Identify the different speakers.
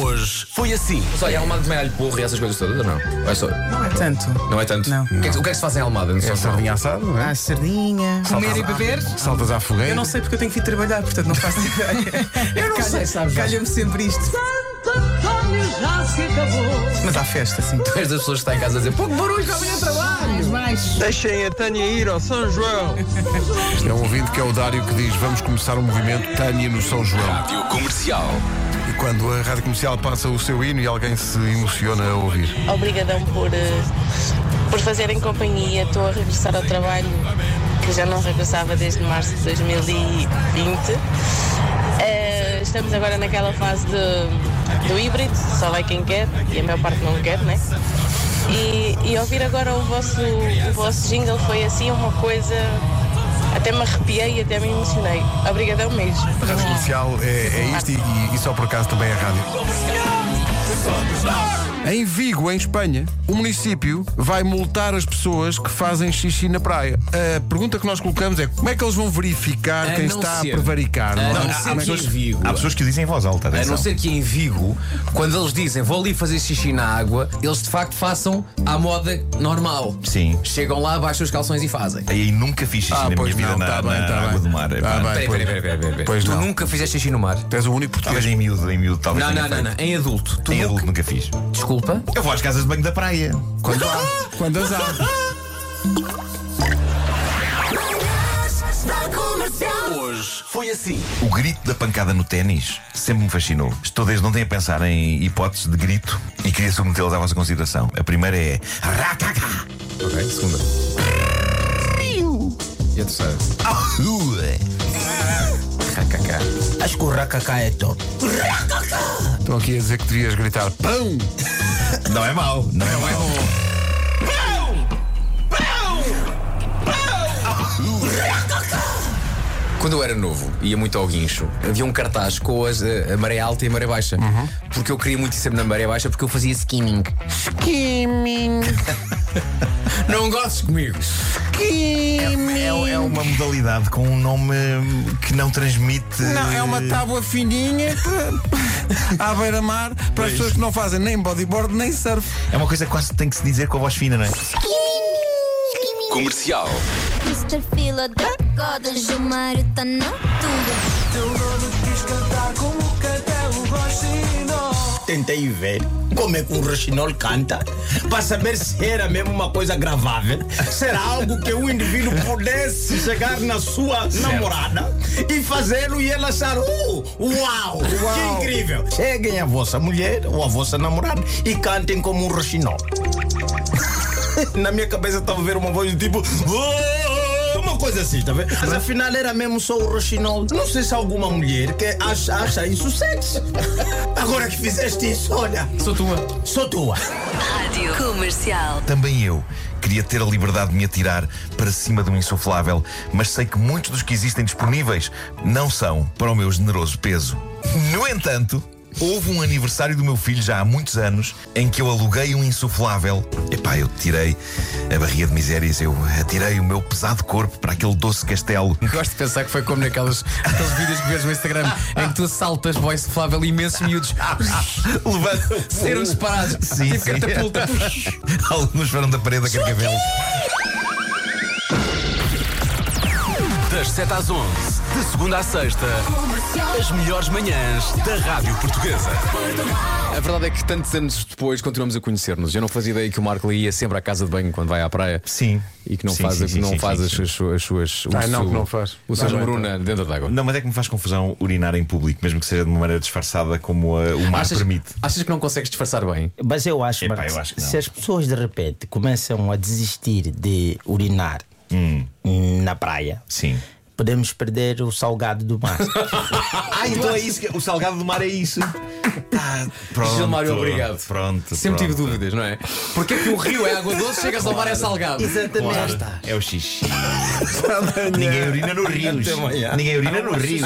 Speaker 1: Hoje foi assim.
Speaker 2: Mas olha, a Almada também dá-lhe porra e essas coisas todas, ou não? Ou é só-
Speaker 3: Não é tanto.
Speaker 2: não é tanto?
Speaker 3: Não.
Speaker 2: O que é, que- o que é que se faz em Almada? Não sei
Speaker 1: É
Speaker 2: se não.
Speaker 1: sardinha assada, não
Speaker 4: Ah.
Speaker 1: é?
Speaker 3: Há sardinha.
Speaker 5: Comer e beber?
Speaker 1: Saltas à fogueira.
Speaker 3: Eu não sei porque eu tenho que vir trabalhar, portanto não faço ideia. Eu não
Speaker 2: Calha,
Speaker 3: sei.
Speaker 2: sabes, já.
Speaker 3: Calha-me sempre isto.
Speaker 6: Santo Antônio já se acabou.
Speaker 3: Mas há festa, sim.
Speaker 2: Tu és das pessoas que estão em casa a dizer pouco barulho.
Speaker 6: Mais, mais.
Speaker 7: Deixem a Tânia ir ao São João.
Speaker 1: É um ouvinte que é o Dário que diz: Vamos começar um movimento Tânia no São João.
Speaker 8: Rádio Comercial.
Speaker 1: E quando a rádio comercial passa o seu hino e alguém se emociona a ouvir.
Speaker 9: obrigadão por, eh, por fazerem companhia. Estou a regressar ao trabalho, que já não regressava desde março de 2020. Eh, estamos agora naquela fase de- do híbrido, só vai quem quer, e a maior parte não quer, né? E, e ouvir agora o vosso, o vosso jingle foi assim uma coisa. Até me arrepiei, até me emocionei. Obrigadão mesmo.
Speaker 1: A rádio comercial é, é isto e, e- e só por acaso também é a rádio. Em Vigo, em Espanha, o município vai multar as pessoas que fazem xixi na praia. A pergunta que nós colocamos é como é que eles vão verificar
Speaker 2: A
Speaker 1: quem
Speaker 2: não
Speaker 1: está
Speaker 2: ser-
Speaker 1: a prevaricar?
Speaker 2: A
Speaker 1: não é?
Speaker 2: não
Speaker 1: Como
Speaker 2: ser
Speaker 1: é que-
Speaker 2: que em Vigo.
Speaker 10: Há pessoas que o dizem em voz alta,
Speaker 2: A
Speaker 10: atenção.
Speaker 2: não ser que em Vigo, quando eles dizem vou ali fazer xixi na água, eles de facto façam à moda normal.
Speaker 10: Sim.
Speaker 2: Chegam lá, baixam os calções e fazem.
Speaker 10: Aí nunca fiz xixi
Speaker 1: Ah,
Speaker 10: na minha
Speaker 1: pois
Speaker 10: vida
Speaker 1: não,
Speaker 10: na,
Speaker 1: tá bem,
Speaker 10: na
Speaker 1: tá
Speaker 10: água
Speaker 1: bem.
Speaker 10: do mar. é
Speaker 1: Tá
Speaker 10: pá.
Speaker 1: bem.
Speaker 2: Peraí,
Speaker 1: pois-
Speaker 2: peraí, peraí, peraí, peraí.
Speaker 1: pois
Speaker 2: tu
Speaker 1: não.
Speaker 2: nunca fizeste xixi no mar?
Speaker 1: Tu és o único
Speaker 10: Talvez
Speaker 1: português.
Speaker 10: em miúdo, em miúdo, talvez.
Speaker 2: Não,
Speaker 10: tenha
Speaker 2: não, não,
Speaker 10: feito.
Speaker 2: não. Em adulto. Tu
Speaker 10: é Em
Speaker 2: nunca-
Speaker 10: adulto nunca fiz.
Speaker 2: Desculpa.
Speaker 10: Eu vou às casas de banho da praia.
Speaker 1: Quando há, quando as há.
Speaker 8: Hoje foi assim.
Speaker 10: O grito da pancada no ténis sempre me fascinou. Estou desde ontem a pensar em hipóteses de grito e queria submetê-las à vossa consideração. A primeira é. Racaca!
Speaker 2: Ok, segunda. E a terceira? Racacá.
Speaker 4: Acho que o racacá é top.
Speaker 1: Estão aqui a dizer que devias gritar pão!
Speaker 10: Não é mau, não é mau.
Speaker 2: Quando eu era novo, ia muito ao guincho, havia um cartaz com as, eh, a maré alta e a maré baixa. Porque eu queria muito ir sempre na maré baixa porque eu fazia skimming. Skimming. Não gostes comigo?
Speaker 10: É, é uma modalidade com um nome que não transmite.
Speaker 1: Não, é uma tábua fininha que- à beira-mar para as pessoas que não fazem nem bodyboard nem surf.
Speaker 10: É uma coisa que quase tem que se dizer com a voz fina, não é?
Speaker 8: Comercial.
Speaker 11: Mr. Fila da Goda, Gilmário tá na tua.
Speaker 4: Tentei ver como é que um roxinol canta para saber se era mesmo uma coisa gravável. Será algo que um indivíduo pudesse chegar na sua namorada e fazê-lo e ela achar, uh, uau, que incrível. Cheguem a vossa mulher ou a vossa namorada e cantem como um roxinol. na minha cabeça estava a ver uma voz do tipo. "Oh", Uma coisa assim, tá vendo? Mas afinal era mesmo só o roxinol. Não sei se há alguma mulher que acha, acha isso sexy. Agora que fizeste isso, olha,
Speaker 2: Sou tua.
Speaker 4: sou tua.
Speaker 6: Rádio Comercial.
Speaker 10: Também eu queria ter a liberdade de me atirar para cima de um insuflável, mas sei que muitos dos que existem disponíveis não são para o meu generoso peso. No entanto, houve um aniversário do meu filho já há muitos anos em que eu aluguei um insuflável. Epá, eu tirei a barriga de misérias, eu atirei o meu pesado corpo para aquele doce castelo.
Speaker 2: Gosto de pensar que foi como naqueles aqueles vídeos que vês no Instagram em que tu saltas voz inflável imensos miúdos.
Speaker 10: Levando.
Speaker 2: Serão separados.
Speaker 10: Sim,
Speaker 2: tipo
Speaker 10: sim.
Speaker 2: catapulta.
Speaker 10: Alguns foram da parede a carcavelos.
Speaker 8: Das 7 às 11, de segunda à sexta, as melhores manhãs da Rádio Portuguesa.
Speaker 2: A verdade é que tantos anos depois continuamos a conhecer-nos. Eu não fazia ideia que o Marco Lee ia sempre à casa de banho quando vai à praia.
Speaker 10: Sim.
Speaker 2: E que não
Speaker 10: Sim,
Speaker 2: faz,
Speaker 10: sim, sim,
Speaker 2: não
Speaker 10: sim,
Speaker 2: faz
Speaker 10: sim,
Speaker 2: as,
Speaker 10: sim.
Speaker 2: as suas- as suas.
Speaker 1: Ah,
Speaker 2: o
Speaker 1: não,
Speaker 2: seu-
Speaker 1: que não faz.
Speaker 2: O seu
Speaker 1: Tá bem,
Speaker 2: Bruna dentro d'água.
Speaker 10: Não, mas é que me faz confusão urinar em público, mesmo que seja de uma maneira disfarçada como a- o mar
Speaker 2: Achas,
Speaker 10: permite.
Speaker 2: achas que não consegues disfarçar bem?
Speaker 4: Mas eu acho,
Speaker 10: Epá,
Speaker 4: Marcos,
Speaker 10: eu acho que não.
Speaker 4: se as pessoas de repente começam a desistir de urinar
Speaker 10: Hum.
Speaker 4: na praia,
Speaker 10: Sim.
Speaker 4: podemos perder o salgado do mar.
Speaker 10: Ah, então é isso. que- O salgado do mar é isso. Ah, pronto.
Speaker 2: Gilmário, obrigado.
Speaker 10: Pronto.
Speaker 2: Sempre tive
Speaker 10: pronto.
Speaker 2: dúvidas, não é? Porque é que o rio é água doce, chega a salvar é salgado?
Speaker 10: Claro, é o xixi. Ninguém urina no rios. Ninguém urina no rios.